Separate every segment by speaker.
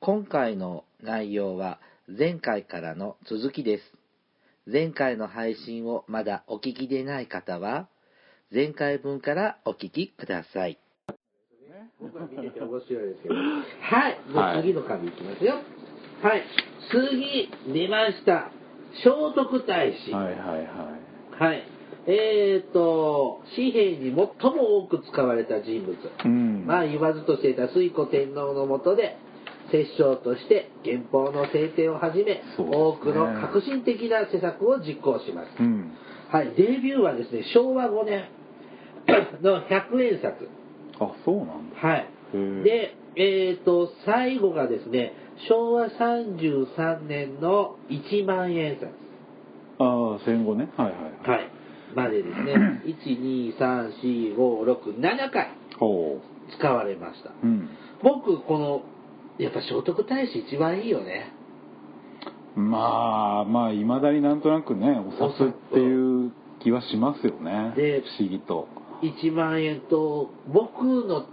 Speaker 1: 今回の内容は前回からの続きです。前回の配信をまだお聞きでない方は、前回分からお聞きください。僕は見てて面白いですけど。はい、もう次の紙いきますよ。はい、次出ました。聖徳太子。
Speaker 2: はいはいは
Speaker 1: はい。えーと、紙幣に最も多く使われた人物。
Speaker 2: い。うん。
Speaker 1: まあ言わずとしていた推古天皇の下で、摂政として元宝の制定をはじめ、
Speaker 2: そうですね
Speaker 1: 多くの革新的な施策を実行します。
Speaker 2: うん。
Speaker 1: はい、デビューはですね、昭和5年 の100円札。
Speaker 2: あ、そうなんだ。
Speaker 1: はい。
Speaker 2: へー
Speaker 1: で、えーと、最後がですね、昭和33年の1万円札。
Speaker 2: ああ、戦後ね。はいはいはい。
Speaker 1: はい。までですね、1、2、3、4、5、6、7回
Speaker 2: ほ
Speaker 1: 使われました。
Speaker 2: う。うん。
Speaker 1: 僕、この、やっぱ聖徳太子一番いいよね。
Speaker 2: まあまあ、いまだになんとなくね、お札っていう気はしますよね。
Speaker 1: で
Speaker 2: 不思議と。
Speaker 1: 1万円と、僕の、か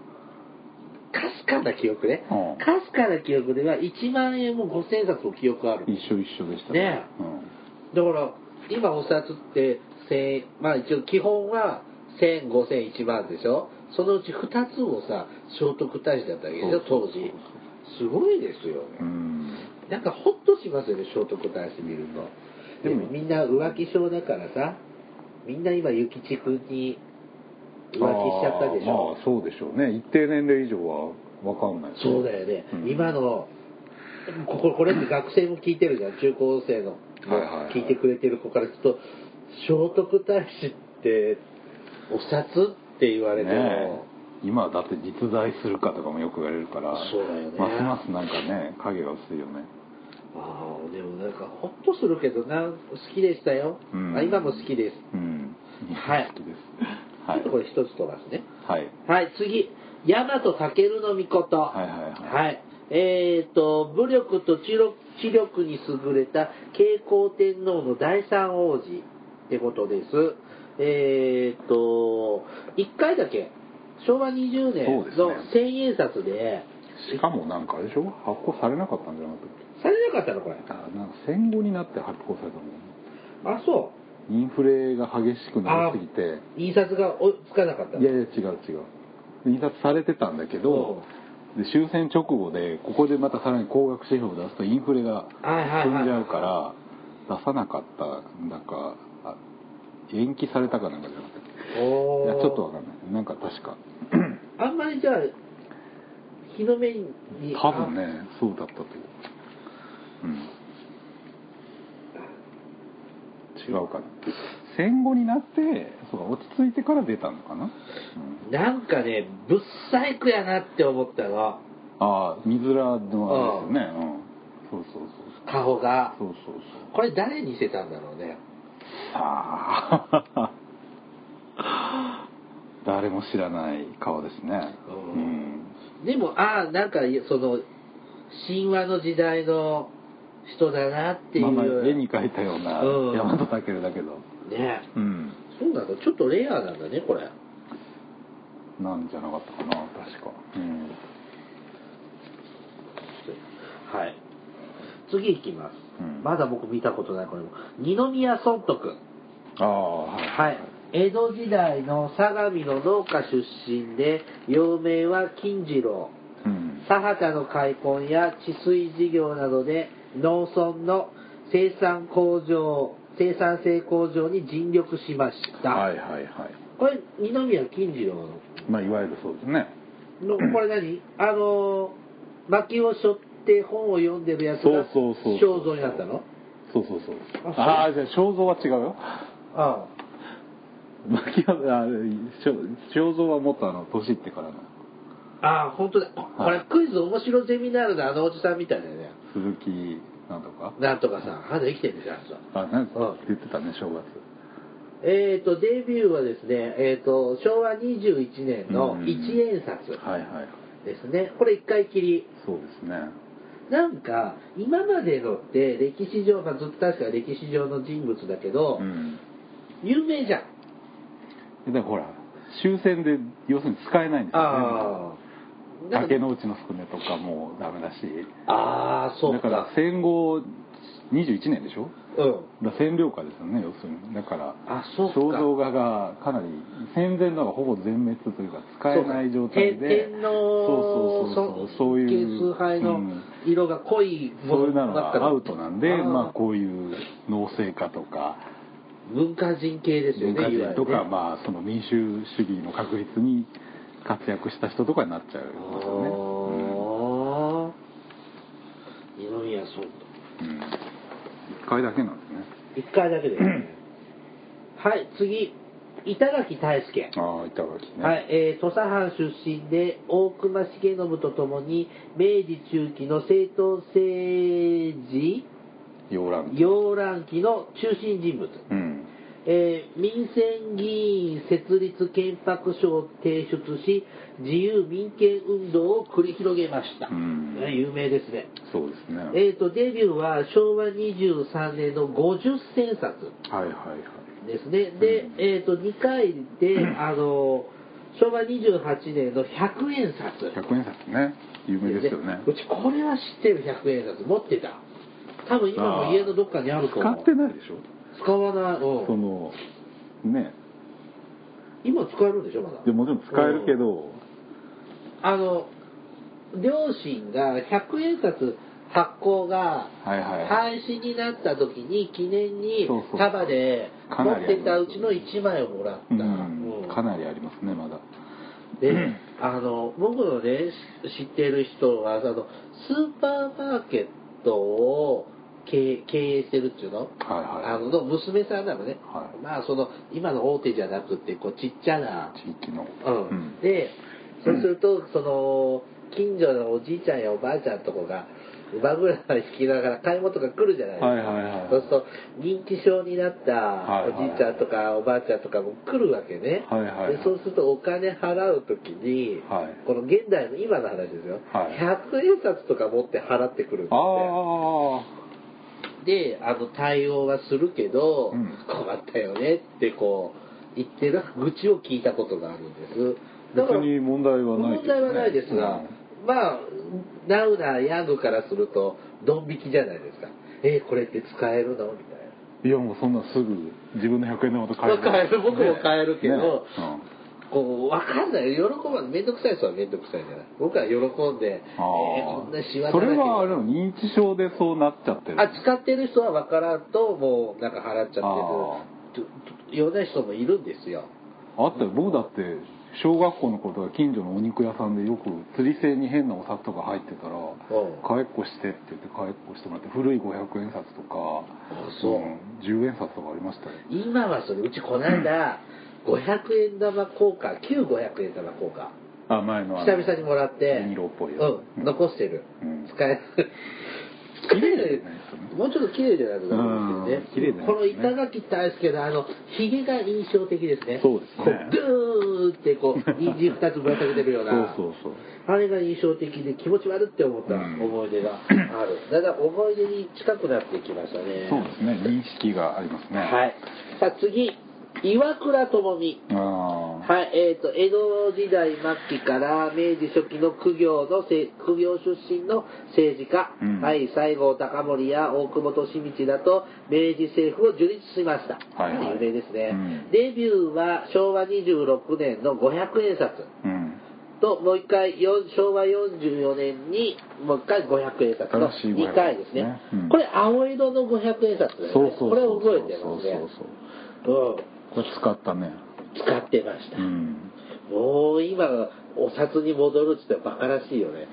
Speaker 1: すかな記憶ね。
Speaker 2: うん
Speaker 1: かすかな記憶では、1万円も5千冊も記憶ある。
Speaker 2: 一緒一緒でした
Speaker 1: ねだから、今お札って、千円まあ一応基本は、1000、5000、1万でしょそのうち2つをさ、聖徳太子だったわけでしょ、
Speaker 2: そうそう
Speaker 1: 当時。すごいですよね。
Speaker 2: うん。うん。
Speaker 1: なんかホッとしますよね聖徳太子見るとで
Speaker 2: でも
Speaker 1: もみんな浮気症だからさみんな今諭吉君に浮気しちゃったでしょ
Speaker 2: あーまあ、そうでしょうね。一定年齢以上はわかんない、
Speaker 1: そうだよね、
Speaker 2: うん
Speaker 1: 今のこここれって学生も聞いてるじゃん中高生の
Speaker 2: はいはいはい
Speaker 1: 聞いてくれてる子からすると聖徳太子ってお札って言われても、
Speaker 2: ねえ今はだって実在するかとかもよく言われるから
Speaker 1: そうだよね
Speaker 2: ますますなんかね影が薄いよね
Speaker 1: ああでもなんかホッとするけどな好きでしたよ、
Speaker 2: うん
Speaker 1: あ今も好きです、
Speaker 2: うん
Speaker 1: はい
Speaker 2: 好きですはい
Speaker 1: これ一つ飛ばすね
Speaker 2: はい
Speaker 1: はい、次。大和武の御事。
Speaker 2: はいはいはい
Speaker 1: はいえーと、武力と知力知力に優れた慶光天皇の第三王子ってことです。えーと、一回だけ、昭和20
Speaker 2: そう
Speaker 1: 年
Speaker 2: ですね
Speaker 1: の千円札で、
Speaker 2: しかもなんかあれでしょ発行されなかったんじゃなか
Speaker 1: されなかったのこれ。
Speaker 2: ったっけあなんか戦後になって発行されたもんね
Speaker 1: あ、そ
Speaker 2: インフレが激しくなりすぎて
Speaker 1: う。印刷が追いつかなかった。
Speaker 2: いやいや違う違う印刷されてたんだけどで終戦直後でここでまたさらに高額紙幣を出すとインフレが
Speaker 1: はいはいはい
Speaker 2: 進んじゃうから出さなかったんだかあ延期されたかなんかじゃなくてい
Speaker 1: お
Speaker 2: や
Speaker 1: ー
Speaker 2: ちょっとわかんないなんか確か
Speaker 1: あんまりじゃあ、日の目に。
Speaker 2: 多分ねそうだったと思う、うん、違うかな戦後になってそうか落ち着いてから出たのかな、うん
Speaker 1: なんかね、ぶっ細工やなって思ったの、
Speaker 2: ああ水らのあれですよね、うん、そうそう
Speaker 1: 顔が。
Speaker 2: そうそうそうそう
Speaker 1: これ誰に似せたんだろうね。
Speaker 2: さあ 誰も知らない顔ですね
Speaker 1: う
Speaker 2: うんん、
Speaker 1: でも、ああ、なんか、その、神話の時代の人だなっていう。
Speaker 2: まあまあ絵に描いたような
Speaker 1: うん
Speaker 2: 大和武だけど
Speaker 1: ね
Speaker 2: うん
Speaker 1: そうなのちょっとレアなんだね、これ。
Speaker 2: なんじゃなかったかな確かうん
Speaker 1: はい。次いきます。
Speaker 2: うん
Speaker 1: まだ僕見たことない、これも。二宮尊徳。
Speaker 2: ああはい
Speaker 1: はい。江戸時代の相模の農家出身で、幼名は金次郎。
Speaker 2: うん
Speaker 1: 田畑の開墾や治水事業などで農村の生産工場生産性向上に尽力しました、
Speaker 2: はいはいはい
Speaker 1: これ二宮金次郎の
Speaker 2: まあいわゆるそうですね
Speaker 1: の これ何あのー薪を背負って本を読んでるやつ
Speaker 2: そ
Speaker 1: が
Speaker 2: うそうそう
Speaker 1: 肖像になったの
Speaker 2: そうそうそう
Speaker 1: あそう
Speaker 2: ああじゃあ肖像は違うよ
Speaker 1: あ
Speaker 2: 牧野あ肖肖像はもっとあの年いってからの
Speaker 1: あああ本当だここれクイズ面白ゼミナールのあのおじさんみたいだよね
Speaker 2: 鈴木なんとか
Speaker 1: なんとかさんまだ生きてるんじゃんあいつは
Speaker 2: あなん
Speaker 1: うん
Speaker 2: か言ってたね正月
Speaker 1: えー、とデビューはですね、えー、と昭和21年の
Speaker 2: うん
Speaker 1: 一円札、
Speaker 2: はいはい
Speaker 1: ですね。これ一回きり。
Speaker 2: そうですね
Speaker 1: なんか、今までのって歴史上、まあ、ずっと確か歴史上の人物だけど、
Speaker 2: うん
Speaker 1: 有名じゃん。
Speaker 2: でほら終戦で要するに使えないんですよね
Speaker 1: ああ。だから
Speaker 2: 竹の内のつくねとかもうダメだし
Speaker 1: ああそう
Speaker 2: だ
Speaker 1: か
Speaker 2: から戦後21年でしょ
Speaker 1: うん
Speaker 2: だから占領下ですよね要するにだから
Speaker 1: あそうか
Speaker 2: 肖像画がかなり戦前のがほぼ全滅というか使えない状態
Speaker 1: そう
Speaker 2: で
Speaker 1: か天天皇
Speaker 2: そうそうそうそうそうい
Speaker 1: 数
Speaker 2: う
Speaker 1: 杯
Speaker 2: う
Speaker 1: の
Speaker 2: ん
Speaker 1: 色が濃いもの
Speaker 2: そういうの
Speaker 1: だった
Speaker 2: が
Speaker 1: ら
Speaker 2: アウトなんで
Speaker 1: あー
Speaker 2: まあこういう農政化とか
Speaker 1: 文化人系ですよね
Speaker 2: 文化人と
Speaker 1: いわ
Speaker 2: か
Speaker 1: ゆるね
Speaker 2: まあその民主主義の確立に活躍した人とかになっちゃうんですよね
Speaker 1: ああ二宮そう
Speaker 2: うんうん一回だけなんですね
Speaker 1: 一回だけですねはい次板垣大輔
Speaker 2: ああ板垣ね
Speaker 1: はい、えー土佐藩出身で大隈重信とともに明治中期の政党政治
Speaker 2: 洋蘭
Speaker 1: 洋乱期の中心人物、
Speaker 2: うん
Speaker 1: えー民選議員設立憲白書を提出し自由民権運動を繰り広げました、
Speaker 2: うん
Speaker 1: ね有名ですね、
Speaker 2: そうですねはい
Speaker 1: えー、とデビューは昭和23年の50戦冊
Speaker 2: はいはい
Speaker 1: ですね。で
Speaker 2: うん、
Speaker 1: えっ、と、2回 で、あの、昭和28年の100円札。
Speaker 2: 100円札ね有名ですよね
Speaker 1: うちこれは知ってる100円札。持ってた。多分今も家のどっかにあると
Speaker 2: 使
Speaker 1: 思う。
Speaker 2: ってないでしょ
Speaker 1: 使わない。うん
Speaker 2: そのね
Speaker 1: 今使えるんでしょ、まだ。
Speaker 2: でもちろん使えるけど
Speaker 1: あの、両親が100円札発行が、
Speaker 2: はいはい
Speaker 1: 廃止になった時に記念に
Speaker 2: そうそう
Speaker 1: 束で
Speaker 2: か
Speaker 1: 持
Speaker 2: な
Speaker 1: っ
Speaker 2: り
Speaker 1: てたうちの1枚をもらった。
Speaker 2: う
Speaker 1: うん
Speaker 2: んかなりありますねまだ
Speaker 1: で、あの、僕のね、し知ってる人は、あの、スーパーマーケットを経営経営してるっていうの、
Speaker 2: はい
Speaker 1: あ
Speaker 2: は
Speaker 1: の、の娘さんなのね。
Speaker 2: はい
Speaker 1: まあ、その、今の大手じゃなくて、こう、ちっちゃな。
Speaker 2: い地域の
Speaker 1: うん。
Speaker 2: うん
Speaker 1: で、そうすると、その、近所のおじいちゃんやおばあちゃんとこが、馬車引きながら買い物とか来るじゃないですか。
Speaker 2: はいはいはい
Speaker 1: そうすると、認知症になった
Speaker 2: は
Speaker 1: お
Speaker 2: いはい
Speaker 1: じいちゃんとかおばあちゃんとかも来るわけね。
Speaker 2: はいはいはい
Speaker 1: でそうすると、お金払うときに、
Speaker 2: はい
Speaker 1: この現代の今の話ですよ、
Speaker 2: はい
Speaker 1: 100円札とか持って払ってくるんですっ
Speaker 2: あ
Speaker 1: て。で、あの、対応はするけど、
Speaker 2: うん
Speaker 1: 困ったよねってこう、言ってる愚痴を聞いたことがあるんです。
Speaker 2: あ
Speaker 1: だから
Speaker 2: 別に問題はない
Speaker 1: 問
Speaker 2: けどね
Speaker 1: 題はないですが、まあナウなヤングからするとドン引きじゃないですかえーこれって使えるのみたいない
Speaker 2: やもうそんなすぐ自分の100円玉と買える
Speaker 1: 買える僕も買えるけど
Speaker 2: ね
Speaker 1: こう分かんない喜ばない面倒くさい人は面倒くさいじゃない僕は喜んで、えーこんな
Speaker 2: うん
Speaker 1: し
Speaker 2: あ
Speaker 1: わだ
Speaker 2: あそ
Speaker 1: らけ
Speaker 2: れ
Speaker 1: で
Speaker 2: はあれなの認知症でそうなっちゃってる
Speaker 1: あ使ってる人は分からんともうなんか払っちゃ
Speaker 2: あ
Speaker 1: ってるとようない人もいるんですよ
Speaker 2: あったよ僕だって小学校の頃とか近所のお肉屋さんでよく釣り製に変なお札とか入ってたら
Speaker 1: うん
Speaker 2: 「買いっこして」って言って買いっこしてもらって古い500円札とか
Speaker 1: あそうん
Speaker 2: 10円札とかありましたよ
Speaker 1: 今はそれうちこない だ500円玉硬貨旧500円玉硬貨
Speaker 2: あ前のあの
Speaker 1: 久々にもらって
Speaker 2: 銀色っぽいやつ
Speaker 1: うん、残してる、
Speaker 2: うん
Speaker 1: 使え
Speaker 2: 綺麗じゃないですかね
Speaker 1: もうちょっと綺麗じゃないとダメですけどね
Speaker 2: うん綺麗ですね
Speaker 1: この板垣大輔のあのひげが印象的ですね
Speaker 2: そうですね
Speaker 1: こうドゥーンってこう 人参2つぶら下げてるような
Speaker 2: そうそうそう
Speaker 1: あれが印象的で気持ち悪って思った
Speaker 2: うん
Speaker 1: 思い出がある、だから思い出に近くなってきましたね
Speaker 2: そうですね認識がありますね
Speaker 1: はいさあ次岩倉智美
Speaker 2: ああ
Speaker 1: はい、えー、と江戸時代末期から明治初期の苦行のせ苦行出身の政治家、
Speaker 2: うん
Speaker 1: はい、西郷隆盛や大久保利通だと明治政府を樹立しました、
Speaker 2: はいはい
Speaker 1: 有名ですね、
Speaker 2: うん
Speaker 1: デビューは昭和26年の500円札
Speaker 2: うん
Speaker 1: ともう一回よん昭和44年にもう一回500円札の
Speaker 2: 新しい500
Speaker 1: 2回ですね
Speaker 2: ねうん
Speaker 1: これ青色の500円札だよね
Speaker 2: そうそうそう
Speaker 1: これ覚えてますね
Speaker 2: そうそう
Speaker 1: うん
Speaker 2: そうこれ使ったね
Speaker 1: 使ってました、
Speaker 2: うん
Speaker 1: もう今、お札に戻るってバカらしいよね。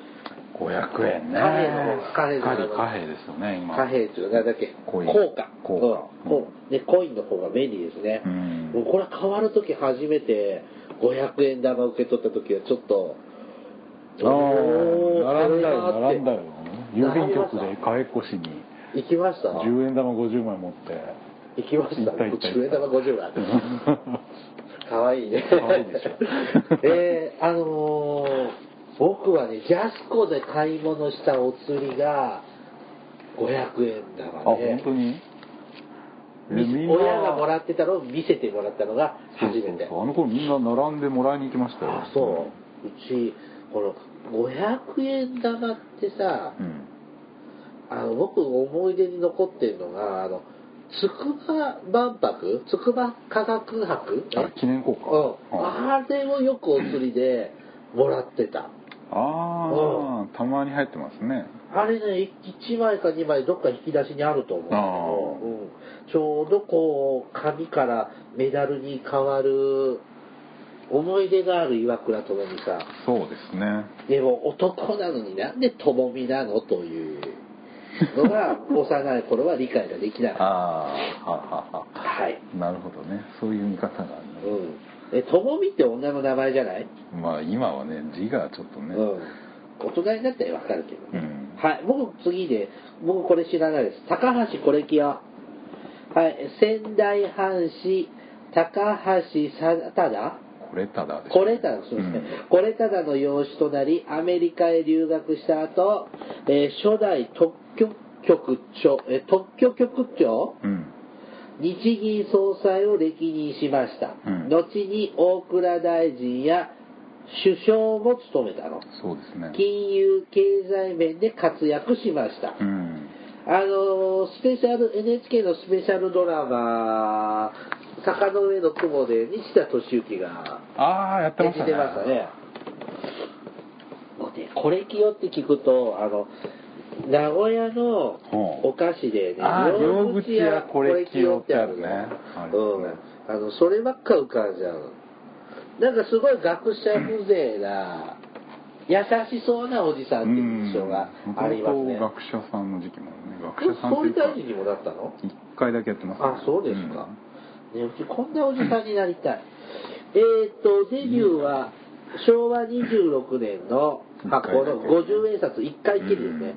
Speaker 2: 500円ね
Speaker 1: 貨幣の方が貨幣の方が
Speaker 2: しっかり貨幣ですよね今
Speaker 1: 貨幣っていうのはなんだっけ
Speaker 2: コイン
Speaker 1: 硬貨。
Speaker 2: 硬貨
Speaker 1: うんこうね、コインの方が便利ですね。
Speaker 2: うん
Speaker 1: もうこれ変わるとき初めて500円玉受け取ったときはちょっと、
Speaker 2: ああ並んだ
Speaker 1: これ
Speaker 2: よ
Speaker 1: はって
Speaker 2: 並んだよ郵便局で買い越しに
Speaker 1: 行きました行
Speaker 2: 10円玉50枚 持って
Speaker 1: きました。
Speaker 2: 行った行った行った
Speaker 1: 10円玉50枚。かわいいね。
Speaker 2: かわいいでしょ
Speaker 1: えーあのー僕はね、ジャスコで買い物したお釣りが500円
Speaker 2: あ
Speaker 1: 玉で、
Speaker 2: 本当にえ
Speaker 1: み
Speaker 2: みんな
Speaker 1: 親がもらってたのを見せてもらったのが
Speaker 2: そう
Speaker 1: 初めて。
Speaker 2: そうそうあの頃みんな並んでもらいに行きましたよ
Speaker 1: あそう。うち、この500円玉ってさ、
Speaker 2: うん
Speaker 1: あの僕思い出に残ってるのがあのつくば万博つくば科学博
Speaker 2: あ記念硬貨
Speaker 1: うん、あれをよくお釣りでもらってた
Speaker 2: ああたまに入ってますね
Speaker 1: あれね1枚か2枚どっか引き出しにあると思うんだけど、うん、ちょうどこう紙からメダルに変わる思い出がある岩倉智美さん
Speaker 2: そうですね
Speaker 1: でも男なのになんでともみなのというのが幼い頃は理解ができなかっ
Speaker 2: ああはは
Speaker 1: た。
Speaker 2: は
Speaker 1: はい。
Speaker 2: なるほどねそういう見方があるね、
Speaker 1: うん。え、ともみって女の名前じゃない、
Speaker 2: まあ今はね字がちょっと
Speaker 1: う
Speaker 2: ね、
Speaker 1: ん。大人になったらわかるけどね。
Speaker 2: うん
Speaker 1: はい。僕次で、僕これ知らないです。高橋コレキア。はい。仙台藩士、高橋貞
Speaker 2: これただです、
Speaker 1: コレタダ、そうですね。コレタダの養子となり、アメリカへ留学した後、えー初代特許局長、えー特許局長
Speaker 2: うん、うん
Speaker 1: 日銀総裁を歴任しました。
Speaker 2: うん
Speaker 1: 後に大蔵大臣や首相も務めたの。
Speaker 2: そうですね
Speaker 1: 金融経済面で活躍しました。
Speaker 2: うん
Speaker 1: あのースペシャル、NHK のスペシャルドラマ、坂の上の雲で西田敏行が
Speaker 2: ああやってましたね
Speaker 1: 出てましたね。でこれきよって聞くと、あの、名古屋の
Speaker 2: ほう
Speaker 1: お菓子でね、
Speaker 2: あー両口屋これきよってあるねあります
Speaker 1: う
Speaker 2: ね
Speaker 1: ん。あの、そればっか浮かんじゃう。なんかすごい学者風情な、優しそうなおじさんっていう印象がありますね。
Speaker 2: 元々学者さんの時期もあるね
Speaker 1: こ
Speaker 2: 学
Speaker 1: れ
Speaker 2: 者さん
Speaker 1: 総理
Speaker 2: って
Speaker 1: 大臣
Speaker 2: いう
Speaker 1: にもなったの
Speaker 2: か一回だけやってます、
Speaker 1: あ、そうですか。ね、うちこんなおじさんになりたい。えーっと、デビューは昭和26年の発行の50円札1回きりですね。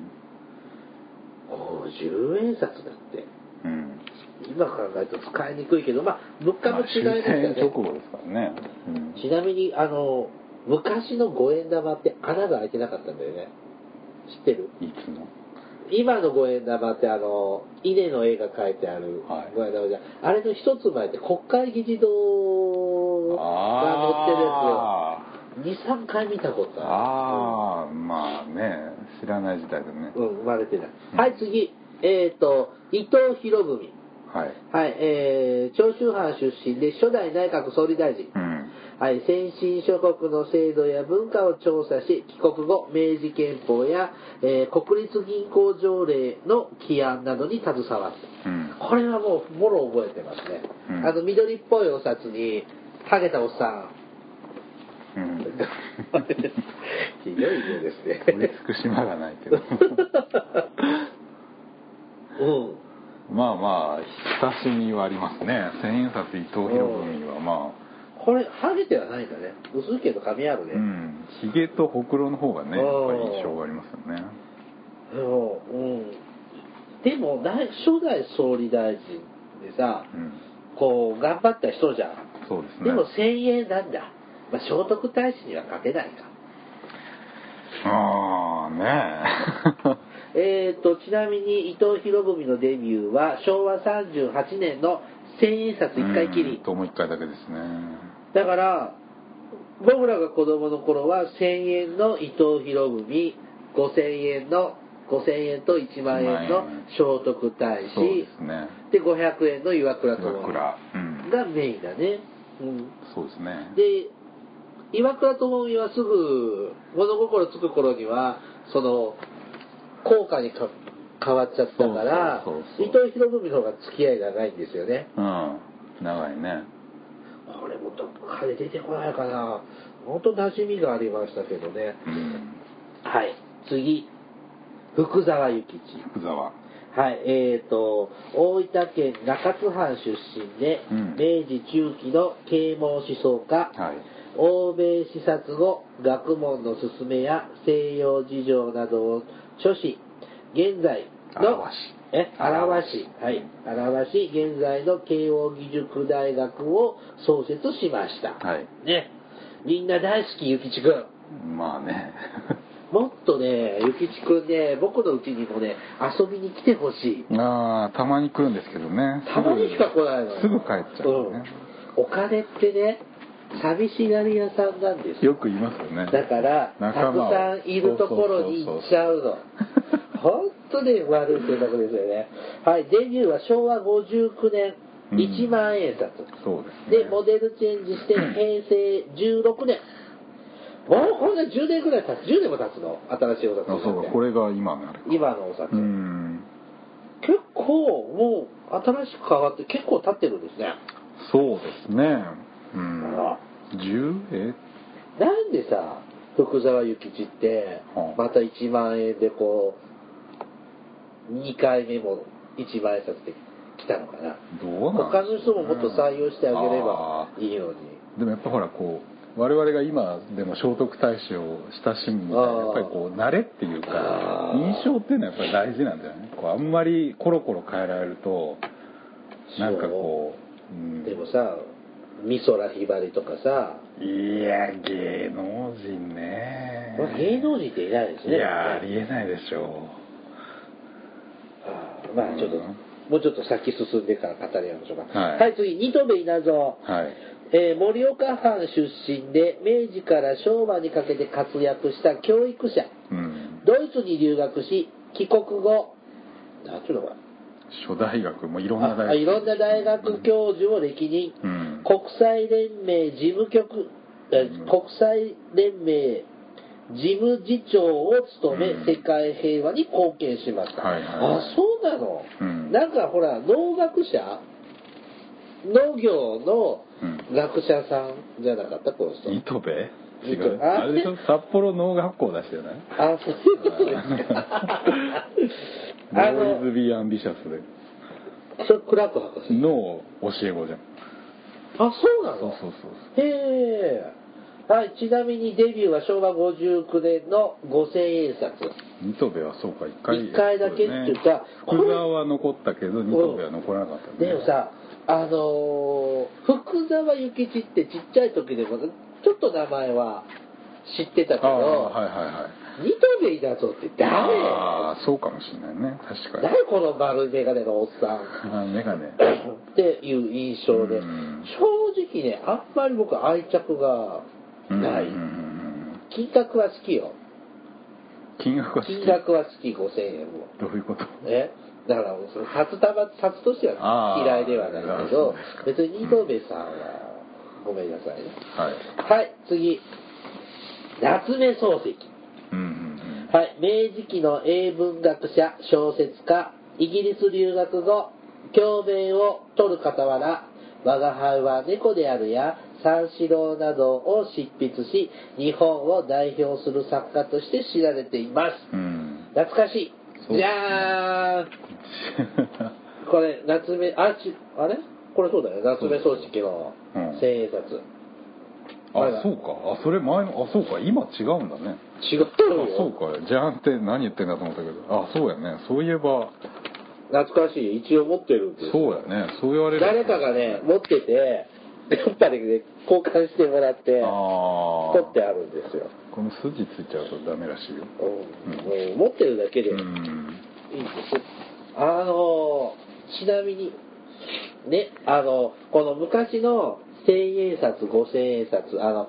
Speaker 1: 50円札だって。
Speaker 2: うん、うん
Speaker 1: 今考えると使いにくいけど、まあ、物価
Speaker 2: まあ
Speaker 1: の違いですから
Speaker 2: 終戦
Speaker 1: ね
Speaker 2: 直。後ですからね、うん
Speaker 1: ちなみに、あの、昔の五円玉って穴が開いてなかったんだよね。知ってる
Speaker 2: いつの
Speaker 1: 今の五円玉ってあの稲の絵が描いてある
Speaker 2: はい
Speaker 1: 五円玉じゃん、あれの一つ前って国会議事堂が
Speaker 2: ああ
Speaker 1: 載ってるやつを23回見たことあ
Speaker 2: ああまあね知らない時代だね
Speaker 1: る、うんうん生まれてない、
Speaker 2: うん
Speaker 1: はい次えっ、と伊藤博文
Speaker 2: はい
Speaker 1: はいえー、長州藩出身で初代内閣総理大臣、
Speaker 2: うん
Speaker 1: はい、先進諸国の制度や文化を調査し、帰国後、明治憲法や、えー国立銀行条例の起案などに携わった。
Speaker 2: うん
Speaker 1: これはもう、もろ覚えてますね。
Speaker 2: うん
Speaker 1: あの、緑っぽいお札に、ハゲたおっ さん。
Speaker 2: うん
Speaker 1: ひどい色ですね。
Speaker 2: 取りつく島がない けど
Speaker 1: うん。
Speaker 2: まあまあ親しみはありますね千円札伊藤博文はまあ
Speaker 1: これ、ハゲてはないんだね。薄いけど髪あるね。
Speaker 2: うんひげとほくろの方がねやっぱり印象がありますよね
Speaker 1: うん。うんでも、大初代総理大臣でさ、
Speaker 2: うん
Speaker 1: こう、頑張った人じゃん。
Speaker 2: そうですね
Speaker 1: でも1000円なんだ。まあ、聖徳太子には勝てないか。
Speaker 2: ああね
Speaker 1: えー、と、ちなみに伊藤博文のデビューは昭和38年の千円札
Speaker 2: え
Speaker 1: 1回きり
Speaker 2: うん。ともう一回だけですね
Speaker 1: だから、僕らが子供の頃は1000円の伊藤博文、5000円の、5000円と1万円の聖徳太
Speaker 2: そうで
Speaker 1: 子、
Speaker 2: すね
Speaker 1: で500円の岩倉智
Speaker 2: 岩倉うん
Speaker 1: 美がメインだね。うん
Speaker 2: そうですね
Speaker 1: で岩倉智美はすぐ物心つく頃にはその高価にか変わっちゃったから
Speaker 2: そうそうそ
Speaker 1: 伊
Speaker 2: う
Speaker 1: 藤博文の方が付き合い長いんですよね
Speaker 2: うん長いね
Speaker 1: これもどっかで出てこないかな本当馴染みがありましたけどね
Speaker 2: うん
Speaker 1: はい次福沢諭吉
Speaker 2: 福沢
Speaker 1: はいえー、と大分県中津藩出身で、
Speaker 2: うん
Speaker 1: 明治中期の啓蒙思想家、
Speaker 2: はい
Speaker 1: 欧米視察後学問の勧めや西洋事情などを著し現在の
Speaker 2: 表し
Speaker 1: え表しはい表し現在の慶応義塾大学を創設しました、
Speaker 2: はい
Speaker 1: ねみんな大好きゆきちくん
Speaker 2: まあね
Speaker 1: もっとねゆきちくんね僕のうちにもね遊びに来てほしい
Speaker 2: ああたまに来るんですけどね
Speaker 1: たまにしか来ないのよ
Speaker 2: すぐ帰っちゃうね
Speaker 1: んお金ってね寂しがり屋さんなんですよ
Speaker 2: よく言いますよね
Speaker 1: だからたく
Speaker 2: 仲間を
Speaker 1: さんいるところに行っちゃうの本当に悪い選択ですよねはいデビューは昭和59年
Speaker 2: うん
Speaker 1: 1万円札、
Speaker 2: そう
Speaker 1: で
Speaker 2: ですね
Speaker 1: モデルチェンジして平成16年もうこんな10年ぐらい経つ10年も経つの新しいお札
Speaker 2: あそうかこれが今のあれか
Speaker 1: 今のお札、
Speaker 2: うん
Speaker 1: 結構もう新しく変わって結構経ってるんですね、
Speaker 2: そうですねうん
Speaker 1: あ
Speaker 2: 10え
Speaker 1: らなんでさ福沢諭吉って
Speaker 2: はあ
Speaker 1: また1万円でこう2回目も1万円札で来たのかな
Speaker 2: どうなん
Speaker 1: 他の人ももっと採用してあげれば
Speaker 2: あ
Speaker 1: いいのに
Speaker 2: ーでもやっぱほらこう我々が今でも聖徳太子を親しむみたい
Speaker 1: あ
Speaker 2: な
Speaker 1: ー
Speaker 2: やっぱりこう慣れっていうか
Speaker 1: あー
Speaker 2: 印象っていうのはやっぱり大事なんだよねこうあんまりコロコロ変えられるとなんかこう、うん、
Speaker 1: でもさ美空ひばりとかさ
Speaker 2: いや芸能人ね
Speaker 1: これ芸能人っていないです
Speaker 2: い
Speaker 1: ね
Speaker 2: やありえないでしょ
Speaker 1: あーまあちょっと、
Speaker 2: うん
Speaker 1: もうちょっと先進んでから語り合いましょうか
Speaker 2: はい
Speaker 1: 次二戸部稲造
Speaker 2: うはい
Speaker 1: えー盛岡藩出身で明治から昭和にかけて活躍した教育者
Speaker 2: うん
Speaker 1: ドイツに留学し帰国後なんていうのこれ
Speaker 2: 諸大学もいろんな
Speaker 1: ああ
Speaker 2: 大
Speaker 1: い
Speaker 2: 学
Speaker 1: ろんな大学教授を歴任、
Speaker 2: うん
Speaker 1: 国際連盟事務局え
Speaker 2: うん
Speaker 1: 国際連盟事務次長を務め、
Speaker 2: うん
Speaker 1: 世界平和に貢献しました、
Speaker 2: はいはい
Speaker 1: あそうなの、
Speaker 2: うん
Speaker 1: なんかほら農学者農業の
Speaker 2: うん
Speaker 1: 学者さんじゃなかったこの人
Speaker 2: 糸部違
Speaker 1: 糸部
Speaker 2: うあれでしょ
Speaker 1: あ
Speaker 2: 札幌農学校出してない
Speaker 1: あそういうこと ですか
Speaker 2: ノ
Speaker 1: あ
Speaker 2: ーイ
Speaker 1: の
Speaker 2: ズビーアンビシャスで
Speaker 1: それクラーク博士
Speaker 2: の教え子じゃん
Speaker 1: あそうなの
Speaker 2: そうそうそ
Speaker 1: へ
Speaker 2: う
Speaker 1: え。はい、ちなみにデビューは昭和59年の五千円札。
Speaker 2: そう糸部はそうか一回
Speaker 1: 一回だけっていうか
Speaker 2: そうね福沢は残ったけど二戸部は残らなかったよね
Speaker 1: でもさ、あのー福沢諭吉ってちっちゃい時でも、ちょっと名前は知ってたけ
Speaker 2: ああ
Speaker 1: ど、
Speaker 2: はいはいはい
Speaker 1: ニトベイだぞって誰
Speaker 2: ああそうかもしれないね確かに
Speaker 1: 誰この丸メガネのおっさん。
Speaker 2: あメガネ
Speaker 1: っていう印象で、
Speaker 2: うん
Speaker 1: 正直ね、あんまり僕愛着がない。
Speaker 2: うんうんうん
Speaker 1: 金額は好きよ。
Speaker 2: 金額は好き
Speaker 1: 金額は好き、5000円も。
Speaker 2: どういうこと
Speaker 1: ね、だからその札束札としては
Speaker 2: あー
Speaker 1: 嫌いではないけど
Speaker 2: そうです
Speaker 1: 別
Speaker 2: か
Speaker 1: に二戸部さんはごめんなさいね
Speaker 2: はい
Speaker 1: はい次夏目漱石
Speaker 2: うんうん
Speaker 1: はい明治期の英文学者小説家イギリス留学後共鳴を取る傍ら我輩は猫であるや三四郎などを執筆し日本を代表する作家として知られています
Speaker 2: うん うん
Speaker 1: 懐かし
Speaker 2: そ
Speaker 1: いうじゃーんこれ夏目あちあれこれそうだよ夏目漱石の
Speaker 2: うん
Speaker 1: 千円札、これ
Speaker 2: あ
Speaker 1: が
Speaker 2: そうかあそれ前のあそうか今違うんだね
Speaker 1: 違った
Speaker 2: あ
Speaker 1: のよ
Speaker 2: そうかじゃんって何言ってんだと思ったけどあそうやねそういえば
Speaker 1: 懐かしい一応持ってるんです
Speaker 2: そうやねそう言われる
Speaker 1: 誰かがね持っててやっぱりね交換してもらって
Speaker 2: あ
Speaker 1: 取って
Speaker 2: あ
Speaker 1: あるんですよ、
Speaker 2: この筋ついちゃうとダメらしいよ
Speaker 1: うんうん持ってるだけでいい
Speaker 2: うん
Speaker 1: で
Speaker 2: ん
Speaker 1: す、あのちなみにねあのこの昔の千円札五千円札あの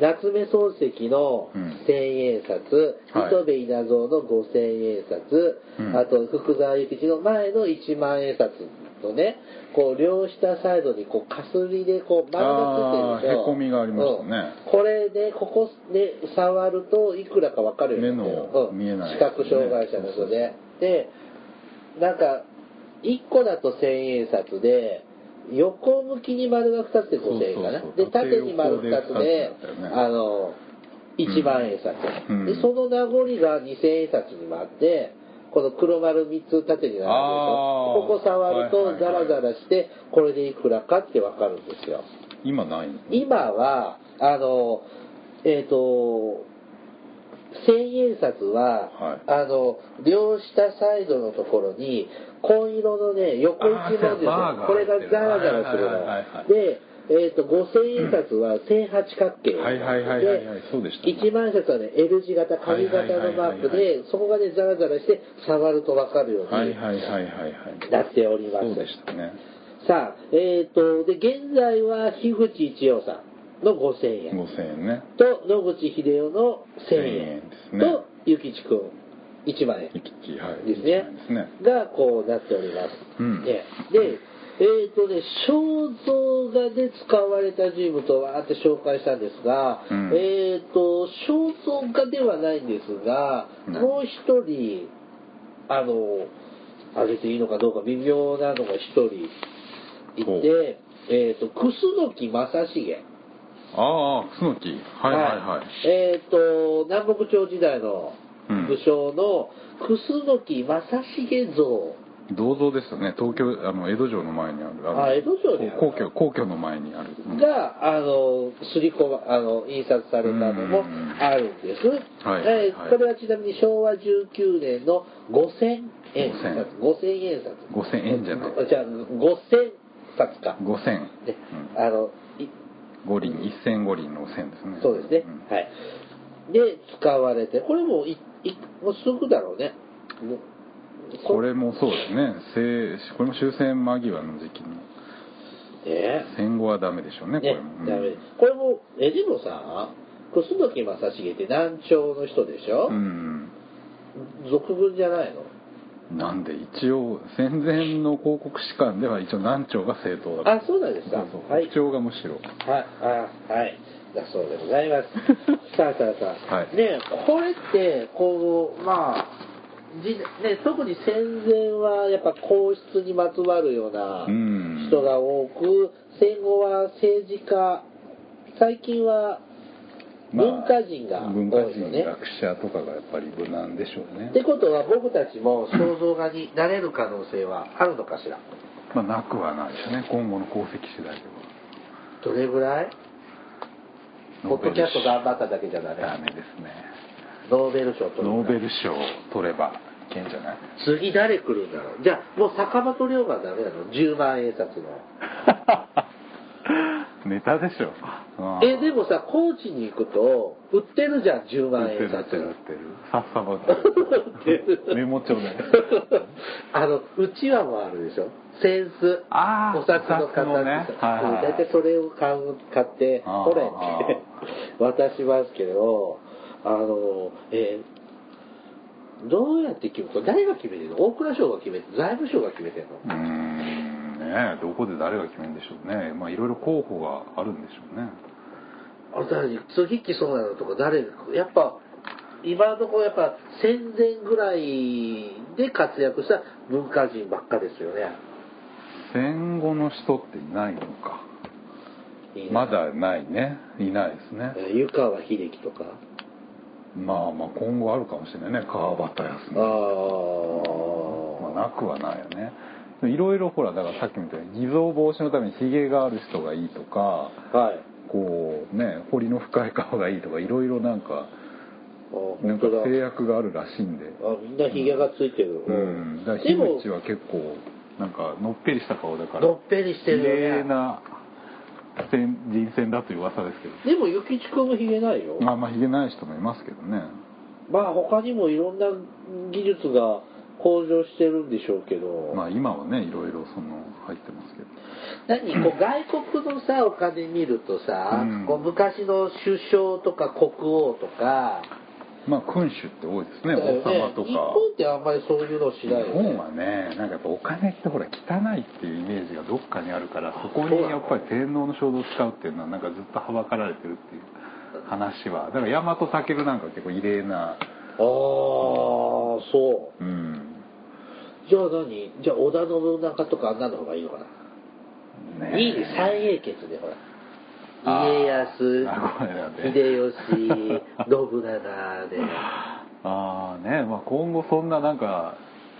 Speaker 1: 夏目漱石の
Speaker 2: うん
Speaker 1: 千円札、
Speaker 2: はい
Speaker 1: 糸部稲造の五千円札、
Speaker 2: うん
Speaker 1: あと福沢諭吉の前の一万円札のねこう両下サイドにこうかすりでこう丸がついてるでしょ
Speaker 2: あーへこみがありますね
Speaker 1: うんこれでここで触るといくらか分かるようになってる
Speaker 2: 目の見えない
Speaker 1: 視覚障害者の人で、でなんか1個だと千円札で横向きに丸が2つで5000円かな
Speaker 2: そうそうそう
Speaker 1: で縦に丸2つで
Speaker 2: 縦横で二つだったよね
Speaker 1: あの1万円札、
Speaker 2: うん
Speaker 1: でその名残が2000円札にもあってこの黒丸3つ縦に並んでるでしょ
Speaker 2: あー
Speaker 1: ここ触る
Speaker 2: はい
Speaker 1: と
Speaker 2: はい
Speaker 1: ザ
Speaker 2: はい
Speaker 1: ラザラしてこれでいくらかって分かるんですよ
Speaker 2: 今ないの
Speaker 1: 今はあのえっ、と千円札は、
Speaker 2: はい
Speaker 1: あの両下サイドのところに紺色のね横一文字です
Speaker 2: あー
Speaker 1: よこれがザラザラする
Speaker 2: はいはいはいは
Speaker 1: の
Speaker 2: い
Speaker 1: でえっ、と五千円札は正八角形
Speaker 2: はいはいはいはいはいそうでしたね
Speaker 1: 一万円札はね L 字型紙型のマーク
Speaker 2: はいはいはいはい
Speaker 1: でそこがねザラザラして触ると分かるよう
Speaker 2: はい
Speaker 1: に
Speaker 2: はいはいはいはい
Speaker 1: なっております、
Speaker 2: そうでしたね
Speaker 1: さあ、えっ、と、で、現在は樋口一葉さん。の5000円
Speaker 2: 5000円ね
Speaker 1: と野口英世の1000
Speaker 2: 1000
Speaker 1: 円
Speaker 2: 円ですね
Speaker 1: と諭吉君1万円
Speaker 2: 行き来はい
Speaker 1: ですね
Speaker 2: ですね
Speaker 1: がこうなっております、
Speaker 2: うん
Speaker 1: ねでえーとね、肖像画で使われた人物をわーって紹介したんですが、
Speaker 2: うん
Speaker 1: えー、と肖像画ではないんですが、
Speaker 2: うん
Speaker 1: もう一人あのあれでいいのかどうか微妙なのが一人い
Speaker 2: ほう
Speaker 1: て、えー、と楠木正成
Speaker 2: ああ楠木はいはいはい、
Speaker 1: えっ、と南北朝時代の
Speaker 2: うん
Speaker 1: 武将の楠木正成像、
Speaker 2: 銅像ですよね東京あの江戸城の前にあるの
Speaker 1: あ江戸城にある
Speaker 2: 皇居皇居の前にある、うん
Speaker 1: があの刷り込まあの印刷されたのもあるんです、
Speaker 2: はいはい
Speaker 1: えーこれはちなみに昭和19年の5000円札5000円札
Speaker 2: 5000円じゃない
Speaker 1: あじゃあ5000札か、
Speaker 2: 5000
Speaker 1: ねあのい
Speaker 2: 五輪一千五輪の線ですね
Speaker 1: そうですね、
Speaker 2: ん
Speaker 1: はいで使われてこれもいいもうすぐだろうねもう
Speaker 2: これもそうですねせいこれも終戦間際の時期の
Speaker 1: ね
Speaker 2: 戦後はダメでしょうねこ
Speaker 1: ね
Speaker 2: れも、うん
Speaker 1: ダメですこれもえでもさ楠木正成って南朝の人でしょ、
Speaker 2: うん
Speaker 1: 俗文じゃないの
Speaker 2: なんで一応戦前の広告士官では一応南朝が正当だ
Speaker 1: あそうなんですか
Speaker 2: そうそう
Speaker 1: は
Speaker 2: 北
Speaker 1: い
Speaker 2: 朝がむしろ
Speaker 1: はいあはいだそうでござい ますさあさあさあ、
Speaker 2: はい
Speaker 1: ねこれってこうまあじね、特に戦前はやっぱ皇室にまつわるような
Speaker 2: うん
Speaker 1: 人が多く戦後は政治家最近は
Speaker 2: まあ
Speaker 1: 文化人が
Speaker 2: 文化
Speaker 1: 多いよ
Speaker 2: 人
Speaker 1: ね、
Speaker 2: 学者とかがやっぱり無難でしょうね
Speaker 1: ってことは僕たちも肖像画になれる可能性はあるのかしら
Speaker 2: まあなくはないですね今後の功績次第では
Speaker 1: どれぐらいポッドキャスト頑張っただけじゃダメ
Speaker 2: ダメですね
Speaker 1: ノーベル賞取る
Speaker 2: ノーベル賞を取ればいけんじゃ ない
Speaker 1: 次誰来るんだろうじゃあもう坂本龍馬ダメなの10万円札の
Speaker 2: ネタでしょ。あー
Speaker 1: えでもさ高知に行くと売ってるじゃん10万
Speaker 2: 売って
Speaker 1: 円
Speaker 2: る売って
Speaker 1: 札
Speaker 2: る売ってる。さっさば
Speaker 1: 売ってる
Speaker 2: メモ帳で。
Speaker 1: あのうちわもあるでしょセンス
Speaker 2: あー
Speaker 1: お札の形
Speaker 2: お札のねはいはいはい
Speaker 1: 大体それを買う買って
Speaker 2: あー
Speaker 1: これって渡しますけどあのえーどうやって決めるの誰が決めてるの大蔵省が決めて財務省が決めてるの
Speaker 2: うーんねえどこで誰が決めるんでしょうね。まあいろいろ候補があるんでしょうね。
Speaker 1: あれだよね次来そうなのとか誰がやっぱ今のところやっぱ戦前ぐらいで活躍した文化人ばっかですよね
Speaker 2: 戦後の人っていないのか。
Speaker 1: いいな
Speaker 2: まだないね。いないですね。
Speaker 1: えー湯川秀樹とか
Speaker 2: まあまあ今後あるかもしれないね。川端康
Speaker 1: あ
Speaker 2: 成。ま
Speaker 1: あ
Speaker 2: あ、なくはないよねいろいろほらだからさっきみたいに偽造防止のためにひげがある人がいいとか
Speaker 1: はい
Speaker 2: こうね彫りの深い顔がいいとかいろいろなんか
Speaker 1: あ本
Speaker 2: なんか
Speaker 1: 当だ
Speaker 2: 制約があるらしいんで
Speaker 1: あみんなひげがついてる、
Speaker 2: うんだか
Speaker 1: で
Speaker 2: ら樋
Speaker 1: も
Speaker 2: 口は結構なんかのっぺりした顔だから
Speaker 1: のっぺりして
Speaker 2: 綺麗
Speaker 1: るよね
Speaker 2: な戦人選だという噂ですけど
Speaker 1: でも諭吉君もひげないよ
Speaker 2: まあまあひげない人もいますけどね
Speaker 1: まあ他にもいろんな技術が向上してるんでしょうけど、
Speaker 2: まあ今はねいろいろその入ってますけど
Speaker 1: 何こう外国のさお金見るとさ、
Speaker 2: うん
Speaker 1: こう昔の首相とか国王とか,、
Speaker 2: まあ君主って多いですね
Speaker 1: だよね
Speaker 2: 王様とか
Speaker 1: 日本ってあんまりそういうのし
Speaker 2: 日
Speaker 1: ないよね
Speaker 2: 本はねなんかやっぱお金ってほら汚いっていうイメージがどっかにあるからそこ
Speaker 1: そう
Speaker 2: に
Speaker 1: なの
Speaker 2: やっぱり天皇の衝動を使うっていうのはなんかずっとはばかられてるっていう話はだから大和尊なんか結構異例な
Speaker 1: ああそ
Speaker 2: うん
Speaker 1: うじゃあ何じゃあ織田信長とかあんなの方がいいのかな、
Speaker 2: ね
Speaker 1: いいね三英傑でほら家
Speaker 2: あー名古屋
Speaker 1: 康、
Speaker 2: で
Speaker 1: 秀 吉信長で
Speaker 2: ああね、まあ、今後そんななんか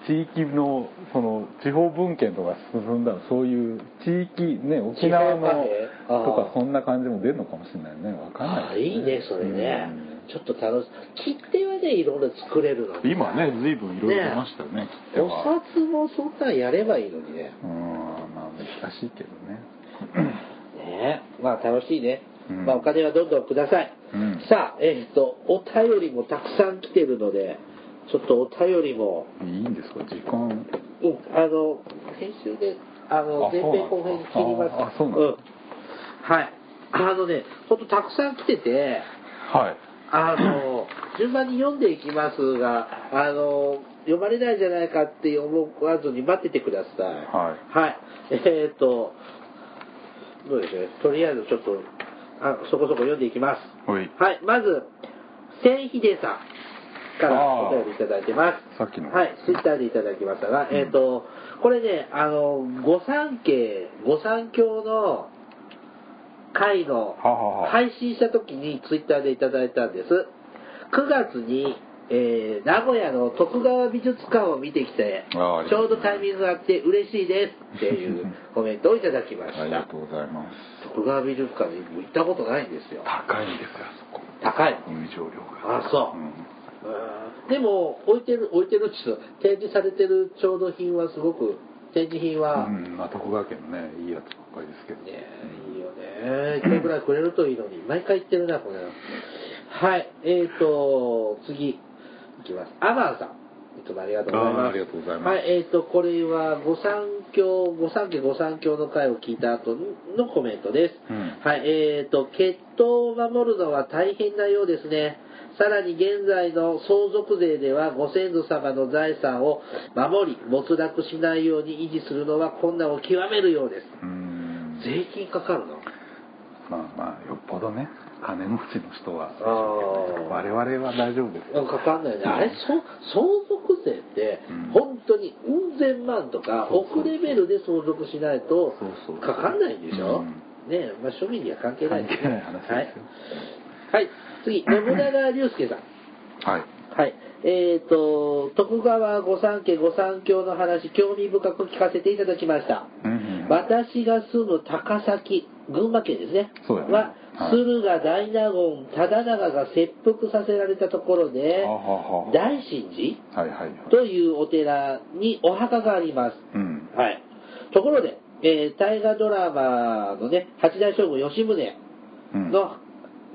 Speaker 2: 地域のその地方文献とか進んだらそういう地域ね沖縄
Speaker 1: 地方
Speaker 2: の
Speaker 1: 貨幣
Speaker 2: と
Speaker 1: あ
Speaker 2: か
Speaker 1: ー
Speaker 2: そんな感じも出るのかもしれないねわかん
Speaker 1: あ
Speaker 2: な
Speaker 1: あ
Speaker 2: いで
Speaker 1: い
Speaker 2: す
Speaker 1: いねそれね
Speaker 2: うん
Speaker 1: ちょっと楽し切手はねいろいろ作れるのに
Speaker 2: 今ね随分いろいろ出ましたよね切手
Speaker 1: お
Speaker 2: は
Speaker 1: 札もそんなんやればいいのにね
Speaker 2: うーんまあ難しいけどね
Speaker 1: ねえまあ楽しいね、
Speaker 2: うん
Speaker 1: まあお金はどんどんください、
Speaker 2: うん
Speaker 1: さあえっ、とお便りもたくさん来てるのでちょっとお便りも、
Speaker 2: いいんですか時間
Speaker 1: うん、あの編集であの
Speaker 2: あ
Speaker 1: 前
Speaker 2: そうな
Speaker 1: 編
Speaker 2: んだ
Speaker 1: 後編切ります
Speaker 2: ああそうなんだ
Speaker 1: んはいあのね、ほんとたくさん来てて、
Speaker 2: はい
Speaker 1: あの、順番に読んでいきますが、あの、読まれないんじゃないかって思わずに待っててください。。
Speaker 2: はい
Speaker 1: はい。えっ、と、どうでしょうね。とりあえずちょっと、あそこそこ読んでいきます。
Speaker 2: ほい
Speaker 1: はい。まず、千秀さんからお便りいただいてます。
Speaker 2: さっきの
Speaker 1: はい。ツイッターでいただきましたが、
Speaker 2: うん
Speaker 1: えっ、と、これね、あの、御三家、御三教の会の、
Speaker 2: ははは
Speaker 1: 配信した時にツイッターでいただいたんです9月に、えー名古屋の徳川美術館を見てきてち
Speaker 2: あーありが
Speaker 1: ょ
Speaker 2: と
Speaker 1: う
Speaker 2: う
Speaker 1: どタイミングがあって嬉しいですっていう コメントをいただきまし
Speaker 2: ありが
Speaker 1: た
Speaker 2: とうございます
Speaker 1: 徳川美術館に行ったことないんですよ
Speaker 2: 高いんですよあそこ
Speaker 1: 高い
Speaker 2: 入場料が
Speaker 1: あそう
Speaker 2: うん
Speaker 1: うんでも置いてる置いてるっちゅうの展示されてる調度品はすごく展示品は、
Speaker 2: うんまあ、徳川家のねいいやつばっかりですけど
Speaker 1: ねいいよね1回ぐらいくれるといいのに毎回言ってるなこれはいえーと次いきますアマンさんいつもありがとうございます
Speaker 2: あーありがとうございます
Speaker 1: はいえーとこれは御三教御三家御三教の会を聞いた後のコメントです、
Speaker 2: うん
Speaker 1: はいえーと血統を守るのは大変なようですねさらに現在の相続税ではご先祖様の財産を守り没落しないように維持するのは困難を極めるようです
Speaker 2: うん
Speaker 1: 税金かかるの
Speaker 2: まあまあよっぽどね金持ちの人は
Speaker 1: あー
Speaker 2: 我々は大丈夫ですよ
Speaker 1: かかんないねあれそ相続税って
Speaker 2: うん
Speaker 1: 本当にうん千万とか
Speaker 2: そうそう
Speaker 1: 億レベルで相続しないと
Speaker 2: そうそう
Speaker 1: かかんないでしょ、ね
Speaker 2: うん
Speaker 1: え、まあ、庶民には関係ない
Speaker 2: 関係ない話ですよ
Speaker 1: はい、はい、次 信長龍介さん
Speaker 2: はい
Speaker 1: はい。えっ、と、徳川御三家御三教の話、興味深く聞かせていただきました。
Speaker 2: うんうん
Speaker 1: 私が住む高崎、群馬県ですね。
Speaker 2: そうだね
Speaker 1: は、
Speaker 2: はい
Speaker 1: 駿河大納言、忠長が切腹させられたところで
Speaker 2: は、はは
Speaker 1: 大神
Speaker 2: はいはいはい
Speaker 1: 寺というお寺にお墓があります。
Speaker 2: うん
Speaker 1: はい。ところで、えー大河ドラマのね、八代将軍吉宗
Speaker 2: うん
Speaker 1: の、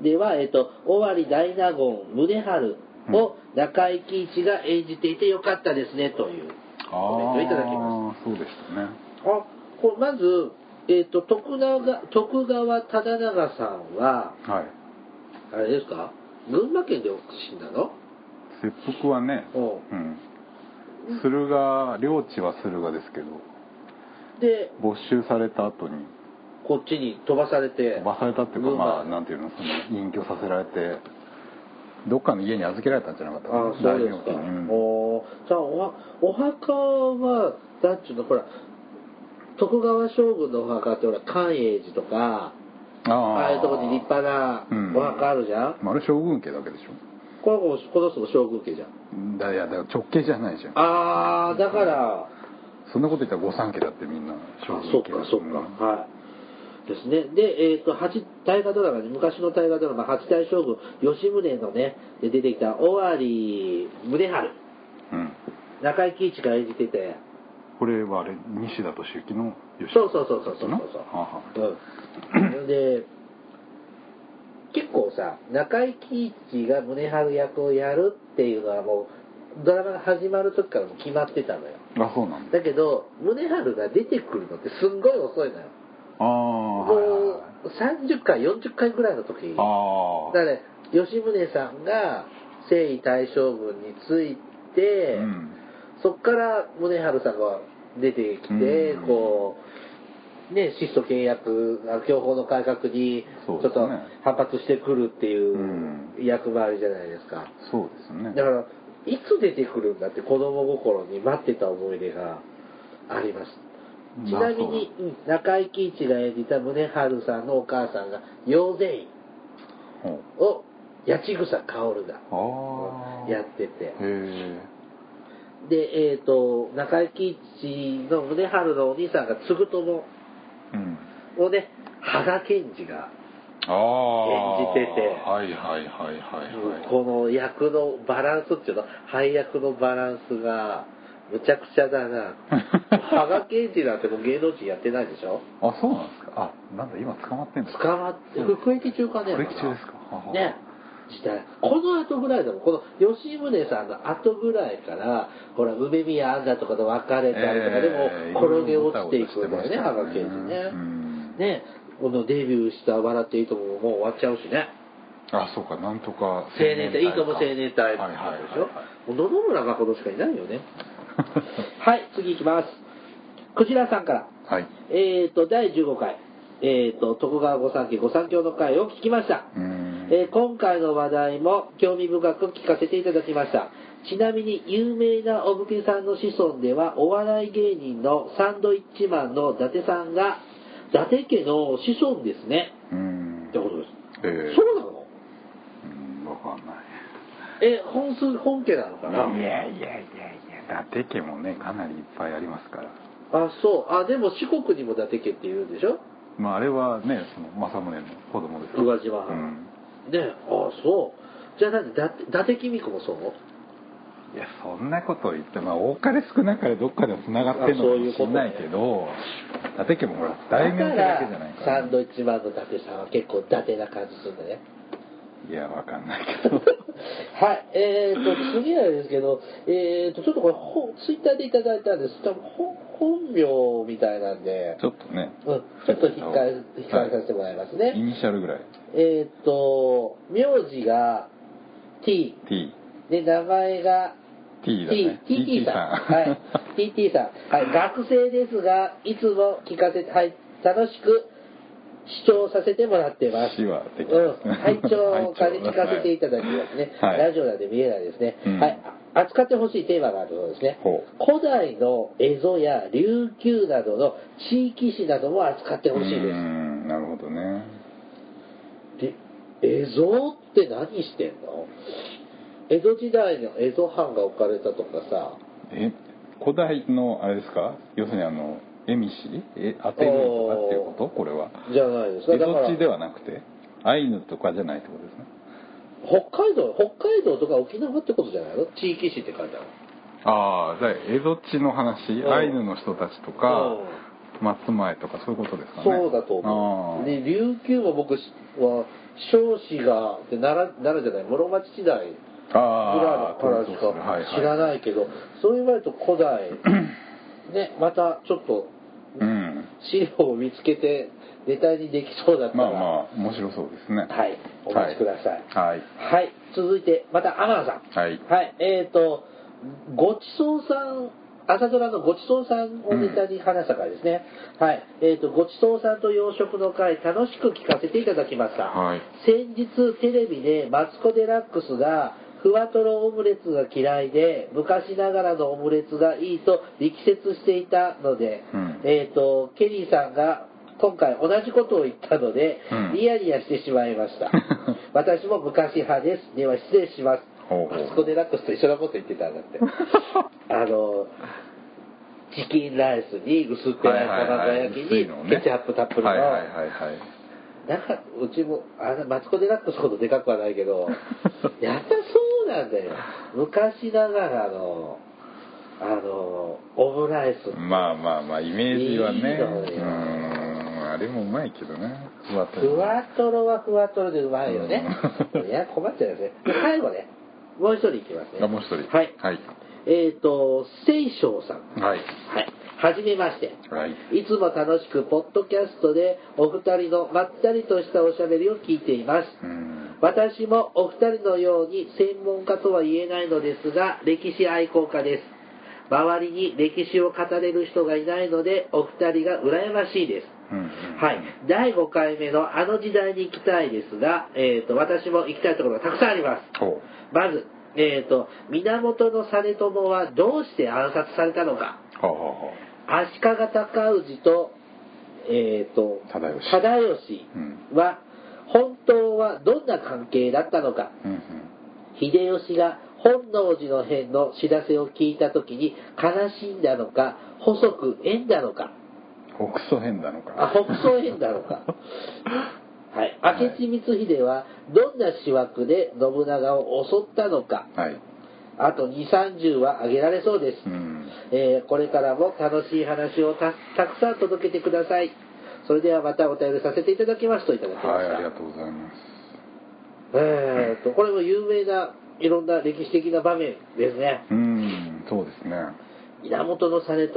Speaker 1: では、えっ、と、尾張大納言宗春を中井貴一が演じていてよかったですね、というコメントをいただきます。
Speaker 2: あーそうでしたね
Speaker 1: あ、これまず、えっ、と、徳永、徳川忠長さんは、
Speaker 2: はい
Speaker 1: あれですか群馬県で死んだの
Speaker 2: 切腹はね
Speaker 1: お
Speaker 2: うん駿河領地は駿河ですけど
Speaker 1: で、
Speaker 2: 没収された後に
Speaker 1: こっちに飛ばされて。
Speaker 2: 飛ばされたっていうか
Speaker 1: 群馬
Speaker 2: まあなんていうのその隠居させられてどっかの家に預けられたんじゃなかったかな
Speaker 1: あそうですか。
Speaker 2: 大名家にうん
Speaker 1: おーじゃあおは、お墓は、なんちゅうの、ほら、徳川将軍のお墓って、ほら、寛永寺とか、
Speaker 2: あ
Speaker 1: ああいうところに立派な
Speaker 2: うん
Speaker 1: お墓あるじゃん。
Speaker 2: まああれ将軍家だけでしょ
Speaker 1: この子、この人も将軍家じゃん。
Speaker 2: だいやだから直系じゃないじゃん
Speaker 1: あー、だから、
Speaker 2: そんなこと言ったら御三家だってみんな将
Speaker 1: あ
Speaker 2: 軍家
Speaker 1: そっかそっか、はいですねでえっ、と八大河ドラマで昔の大河ドラマ「八代将軍吉宗」のねで出てきた尾張宗春
Speaker 2: うんうん
Speaker 1: 中井貴一が演じてて
Speaker 2: これはあれ西田敏行の吉
Speaker 1: そうそうそうそうそうそう
Speaker 2: はあは
Speaker 1: そううんで結構さ中井貴一が宗春役をやるっていうのはもうドラマが始まる時からもう決まってたのよ
Speaker 2: あそうなんだ
Speaker 1: だけど宗春が出てくるのってすんごい遅いのよ
Speaker 2: ああ
Speaker 1: も
Speaker 2: はいはいう
Speaker 1: 30回40回ぐらいの時だ
Speaker 2: はいあ
Speaker 1: からね吉宗さんが征夷大将軍につい
Speaker 2: あ
Speaker 1: て、
Speaker 2: うん
Speaker 1: そっから宗春さんが出てきて、
Speaker 2: うん
Speaker 1: こうね質素倹約あ享保の改革にち
Speaker 2: そ
Speaker 1: ょ
Speaker 2: う
Speaker 1: っ
Speaker 2: ですね
Speaker 1: と反発してくるっていう
Speaker 2: うん
Speaker 1: 役回りじゃないですか、
Speaker 2: そうですね
Speaker 1: だからいつ出てくるんだって子供心に待ってた思い出がありますちなみに、うん中井貴一が演じた宗春さんのお母さんが養善院
Speaker 2: まあそう
Speaker 1: を八千草薫が
Speaker 2: ほうああ
Speaker 1: やってて
Speaker 2: へ
Speaker 1: でえっ、と中井貴一の宗春のお兄さんが継友
Speaker 2: えうん
Speaker 1: をね羽賀賢治が、
Speaker 2: ああ
Speaker 1: 演じてて
Speaker 2: はいはいはいはいはい
Speaker 1: この役のバランスっていうの配役のバランスがむちゃくちゃだ な羽賀賢治なんてもう芸能人やってないでしょ
Speaker 2: あそうなんですかあなんだ今捕まってんです
Speaker 1: 捕まって服役中かね
Speaker 2: 服役中ですかはは
Speaker 1: ね時代この後ぐらいだもんこの吉宗さんの後ぐらいからほら梅宮アンナとかと別れたりとか、
Speaker 2: えー
Speaker 1: でも転げ落ちていくんだよね
Speaker 2: いろいろ
Speaker 1: 羽
Speaker 2: ごたご
Speaker 1: 賀
Speaker 2: たして
Speaker 1: 刑
Speaker 2: ました
Speaker 1: 事ね、
Speaker 2: うん
Speaker 1: ねこのデビューした笑っていいとももう終わっちゃうしね。
Speaker 2: あそうかなんとか青
Speaker 1: 青年隊、いいとも青年隊
Speaker 2: はいはいはい
Speaker 1: でしょ。もう野々村誠しかいないよね。はい、次行きます。クジラさんから。
Speaker 2: はい、はい、
Speaker 1: えーと、第15回。えーと、徳川御三家御三家の会を聞きました。
Speaker 2: うーん
Speaker 1: えー今回の話題も興味深く聞かせていただきましたちなみに有名なお武家さんの子孫ではお笑い芸人のサンドイッチマンの伊達さんが伊達家の子孫ですね
Speaker 2: うーん
Speaker 1: ってことです、
Speaker 2: えー
Speaker 1: そうなの
Speaker 2: うんわかんない
Speaker 1: え本数本家なのかない
Speaker 2: やいやいやいや伊達家もねかなりいっぱいありますから
Speaker 1: あそうあでも四国にも伊達家っていうんでしょ
Speaker 2: まああれはねその政宗の子供ですから
Speaker 1: 宇和島
Speaker 2: うん
Speaker 1: ねえあそうじゃあなんでだ伊達公子もそう
Speaker 2: いやそんなこと言ってまあ多かれ少なかれどっかでつながってるの
Speaker 1: あそ
Speaker 2: か
Speaker 1: うい
Speaker 2: も
Speaker 1: う
Speaker 2: し
Speaker 1: こと
Speaker 2: れ
Speaker 1: ね
Speaker 2: ないけど伊達家もほら大名家だけじゃないか
Speaker 1: だから
Speaker 2: ら、
Speaker 1: サンドイッチマンの伊達さんは結構伊達な感じするんだ ね
Speaker 2: いやわかんない けど
Speaker 1: はい、えー、と、次なんですけど、えー、と、ちょっとこれ本、ツイッターでいただいたんです。多分本、本名みたいなんで、
Speaker 2: ちょっとね
Speaker 1: うん、ちょっと引っかえ、引っかえさせてもらいますね。
Speaker 2: イニシャルぐらい
Speaker 1: えー、と、名字が T、
Speaker 2: TT
Speaker 1: で、名前が T、
Speaker 2: だね、
Speaker 1: TT さん。はい TT さん。はい、学生ですが、いつも聞かせて、はい、楽しく視聴させてもらってます。
Speaker 2: 手話的です
Speaker 1: うん、
Speaker 2: ね
Speaker 1: 拝 聴をか聞かせていただき
Speaker 2: き
Speaker 1: ますね、
Speaker 2: はい
Speaker 1: ラジオなんで見えないですね、
Speaker 2: うん
Speaker 1: はい、扱ってほしいテーマがあるそうですね
Speaker 2: ほう
Speaker 1: 古代の蝦夷や琉球などの地域史なども扱ってほしいで
Speaker 2: うー
Speaker 1: す
Speaker 2: んなるほどね
Speaker 1: で蝦夷って何してんの江戸時代の蝦夷藩が置かれたとかさ
Speaker 2: え古代のあれですか要するにあのえみしえアテムとかっていうことこれは
Speaker 1: じゃないですか
Speaker 2: 江
Speaker 1: だから
Speaker 2: 戸地ではなくてアイヌとかじゃないってことですね
Speaker 1: 北海道北海道とか沖縄ってことじゃないの地域史って書いてある
Speaker 2: ああじゃあ江戸地の話
Speaker 1: うん
Speaker 2: アイヌの人たちとか松前とかそういうことですかね
Speaker 1: そうだと思
Speaker 2: あ
Speaker 1: う。
Speaker 2: あ
Speaker 1: で、琉球も僕は、少子が、で奈良、奈良じゃない、室町時代ぐら
Speaker 2: あ
Speaker 1: い
Speaker 2: あ
Speaker 1: からしか知ら
Speaker 2: い
Speaker 1: ないけど、そう言われると古 代、ね、またちょっと
Speaker 2: うん
Speaker 1: 資料を見つけて、ネタにできそうだったら、
Speaker 2: まあまあ面白そうですね
Speaker 1: はい、お待ちください。
Speaker 2: はい
Speaker 1: はい、続いて、またアマンさん。
Speaker 2: はい
Speaker 1: はい、えっ、と、ごちそうさん、朝ドラのごちそうさんをネタに話した回ですね。はい、えっ、と、ごちそうさんと洋食の会、楽しく聞かせていただきました。
Speaker 2: はい
Speaker 1: 先日、テレビでマツコ・デラックスが、ふわとろオムレツが嫌いで、昔ながらのオムレツがいいと力説していたので、
Speaker 2: うん
Speaker 1: えっ、と、ケリーさんが今回同じことを言ったので、
Speaker 2: うん
Speaker 1: ニヤニヤしてしまいま した。私も昔派です。では失礼します。
Speaker 2: ほうほう
Speaker 1: マツコ・デラックスと一緒なこと言ってたんだっ て。あの、チキンライスに薄っぺらい卵焼き
Speaker 2: 薄い
Speaker 1: に
Speaker 2: のね
Speaker 1: ケチャップたっぷりの、
Speaker 2: はいはいはいはい
Speaker 1: なんかうちもあのマツコ・デラックスほどでかくはないけ どやっぱそうなんだよ昔ながらのあのオムライス
Speaker 2: まあまあまあイメージはい
Speaker 1: い
Speaker 2: ね
Speaker 1: のよ
Speaker 2: うんあれもうまいけどねふわっと
Speaker 1: ふわとろはふわとろでうまいよね
Speaker 2: うん
Speaker 1: いや困っちゃいますねで最後ねもう一人いきますね
Speaker 2: あもう一人
Speaker 1: はい
Speaker 2: はい
Speaker 1: えっ、と清少さん
Speaker 2: は
Speaker 1: は
Speaker 2: い
Speaker 1: いはじめまして
Speaker 2: はい
Speaker 1: いつも楽しくポッドキャストでお二人のまったりとしたおしゃべりを聞いています
Speaker 2: うん
Speaker 1: 私もお二人のように専門家とは言えないのですが、歴史愛好家です。周りに歴史を語れる人がいないので、お二人が羨ましいです。
Speaker 2: うん
Speaker 1: はい。第5回目のあの時代に行きたいですが、えっ、と、私も行きたいところがたくさんあります。
Speaker 2: ほ
Speaker 1: まず、えっ、と、源実朝はどうして暗殺されたのか。
Speaker 2: うほうほうほ
Speaker 1: 足利尊氏と、えっ、と、
Speaker 2: 忠義
Speaker 1: 忠義は、本当はどんな関係だったのか。
Speaker 2: ううん
Speaker 1: 秀吉が本能寺の変の知らせを聞いた時に悲しんだのか細く縁だのか
Speaker 2: うん北総変なのか
Speaker 1: あ北総縁なのかはい、
Speaker 2: はい
Speaker 1: 明智光秀はどんな思惑で信長を襲ったのか
Speaker 2: はい
Speaker 1: あと2 3 0は挙げられそうです、
Speaker 2: うん
Speaker 1: えーこれからも楽しい話をたたくさん届けてくださいそれではまたお便りさせていただきますといただきました、
Speaker 2: はいありがとうございます
Speaker 1: えーっとこれも有名ないろんな歴史的な場面ですね、
Speaker 2: うんそうですね
Speaker 1: 源実朝殺され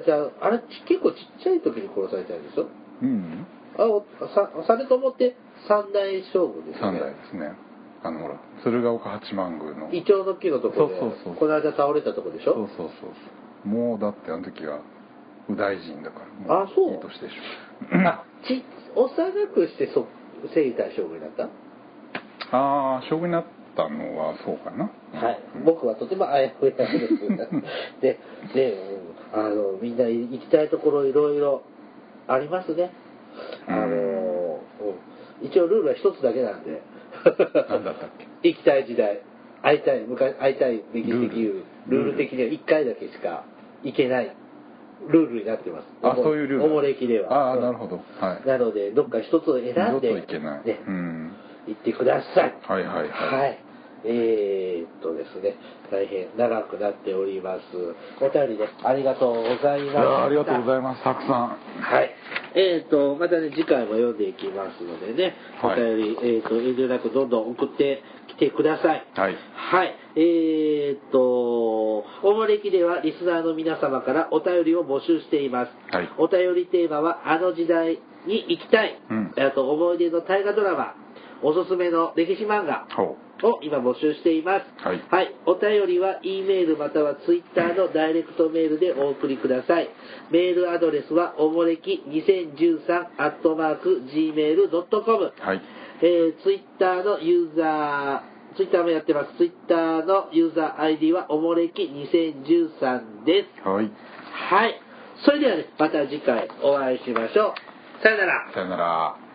Speaker 1: ちゃうあれち結構ちっちゃい時に殺されちゃうんでしょ
Speaker 2: うん
Speaker 1: あおさ実朝って三代将軍ですよ
Speaker 2: 三
Speaker 1: ね
Speaker 2: 代ですねあのほら鶴岡八幡宮の
Speaker 1: イチョウの木のところで
Speaker 2: そうそうそう
Speaker 1: この間倒れたとこでし
Speaker 2: そう
Speaker 1: ょ
Speaker 2: そうそうそうもうだってあの時は右大臣だからも
Speaker 1: あそう
Speaker 2: いい年でしょ
Speaker 1: あち幼くしてそ征夷大将軍になった、
Speaker 2: ああ将軍になったのはそうかな
Speaker 1: はい僕はとてもあやふやです ででうんあのみんな行きたいところいろいろありますねあの、
Speaker 2: う
Speaker 1: うん一応ルールは一つだけなんで
Speaker 2: 何だったっけ
Speaker 1: 行きたい時代会いたい昔会いたい歴史的理由ル
Speaker 2: ル
Speaker 1: ー
Speaker 2: ー
Speaker 1: ル
Speaker 2: ル
Speaker 1: 的には1回だけしか行けないルールになってます
Speaker 2: あそういうルール
Speaker 1: おもれきでは
Speaker 2: ああ
Speaker 1: うん
Speaker 2: なるほどはい
Speaker 1: なのでどっか一つを選
Speaker 2: 二
Speaker 1: ん
Speaker 2: 度
Speaker 1: で
Speaker 2: といけない、
Speaker 1: ね
Speaker 2: うん
Speaker 1: 行ってください
Speaker 2: はいはいはい
Speaker 1: はいえー、っとですね大変長くなっておりますお便りでありがとうございまし
Speaker 2: いや
Speaker 1: た
Speaker 2: ーありがとうございますたくさん
Speaker 1: はい。えー、と、またね、次回も読んでいきますのでね、
Speaker 2: はい
Speaker 1: お便り、えー、と、遠慮なくどんどん送ってきてください。
Speaker 2: はい
Speaker 1: はい。えー、と、おもれきではリスナーの皆様からお便りを募集しています。
Speaker 2: はい
Speaker 1: お便りテーマは、あの時代に行きたい。
Speaker 2: うん
Speaker 1: あと、思い出の大河ドラマ、おすすめの歴史漫画。
Speaker 2: ほ
Speaker 1: を今募集しています。
Speaker 2: はい
Speaker 1: お便りは E メールまたは Twitter のダイレクトメールでお送りください。メールアドレスはおもれき2013アットマーク Gmail.com。
Speaker 2: うはい
Speaker 1: えー、Twitter のユーザー、Twitter もやってます。Twitter のユーザー ID はおもれき2013です。
Speaker 2: はい
Speaker 1: はい。それではね、また次回お会いしましょう。さよなら。
Speaker 2: さよなら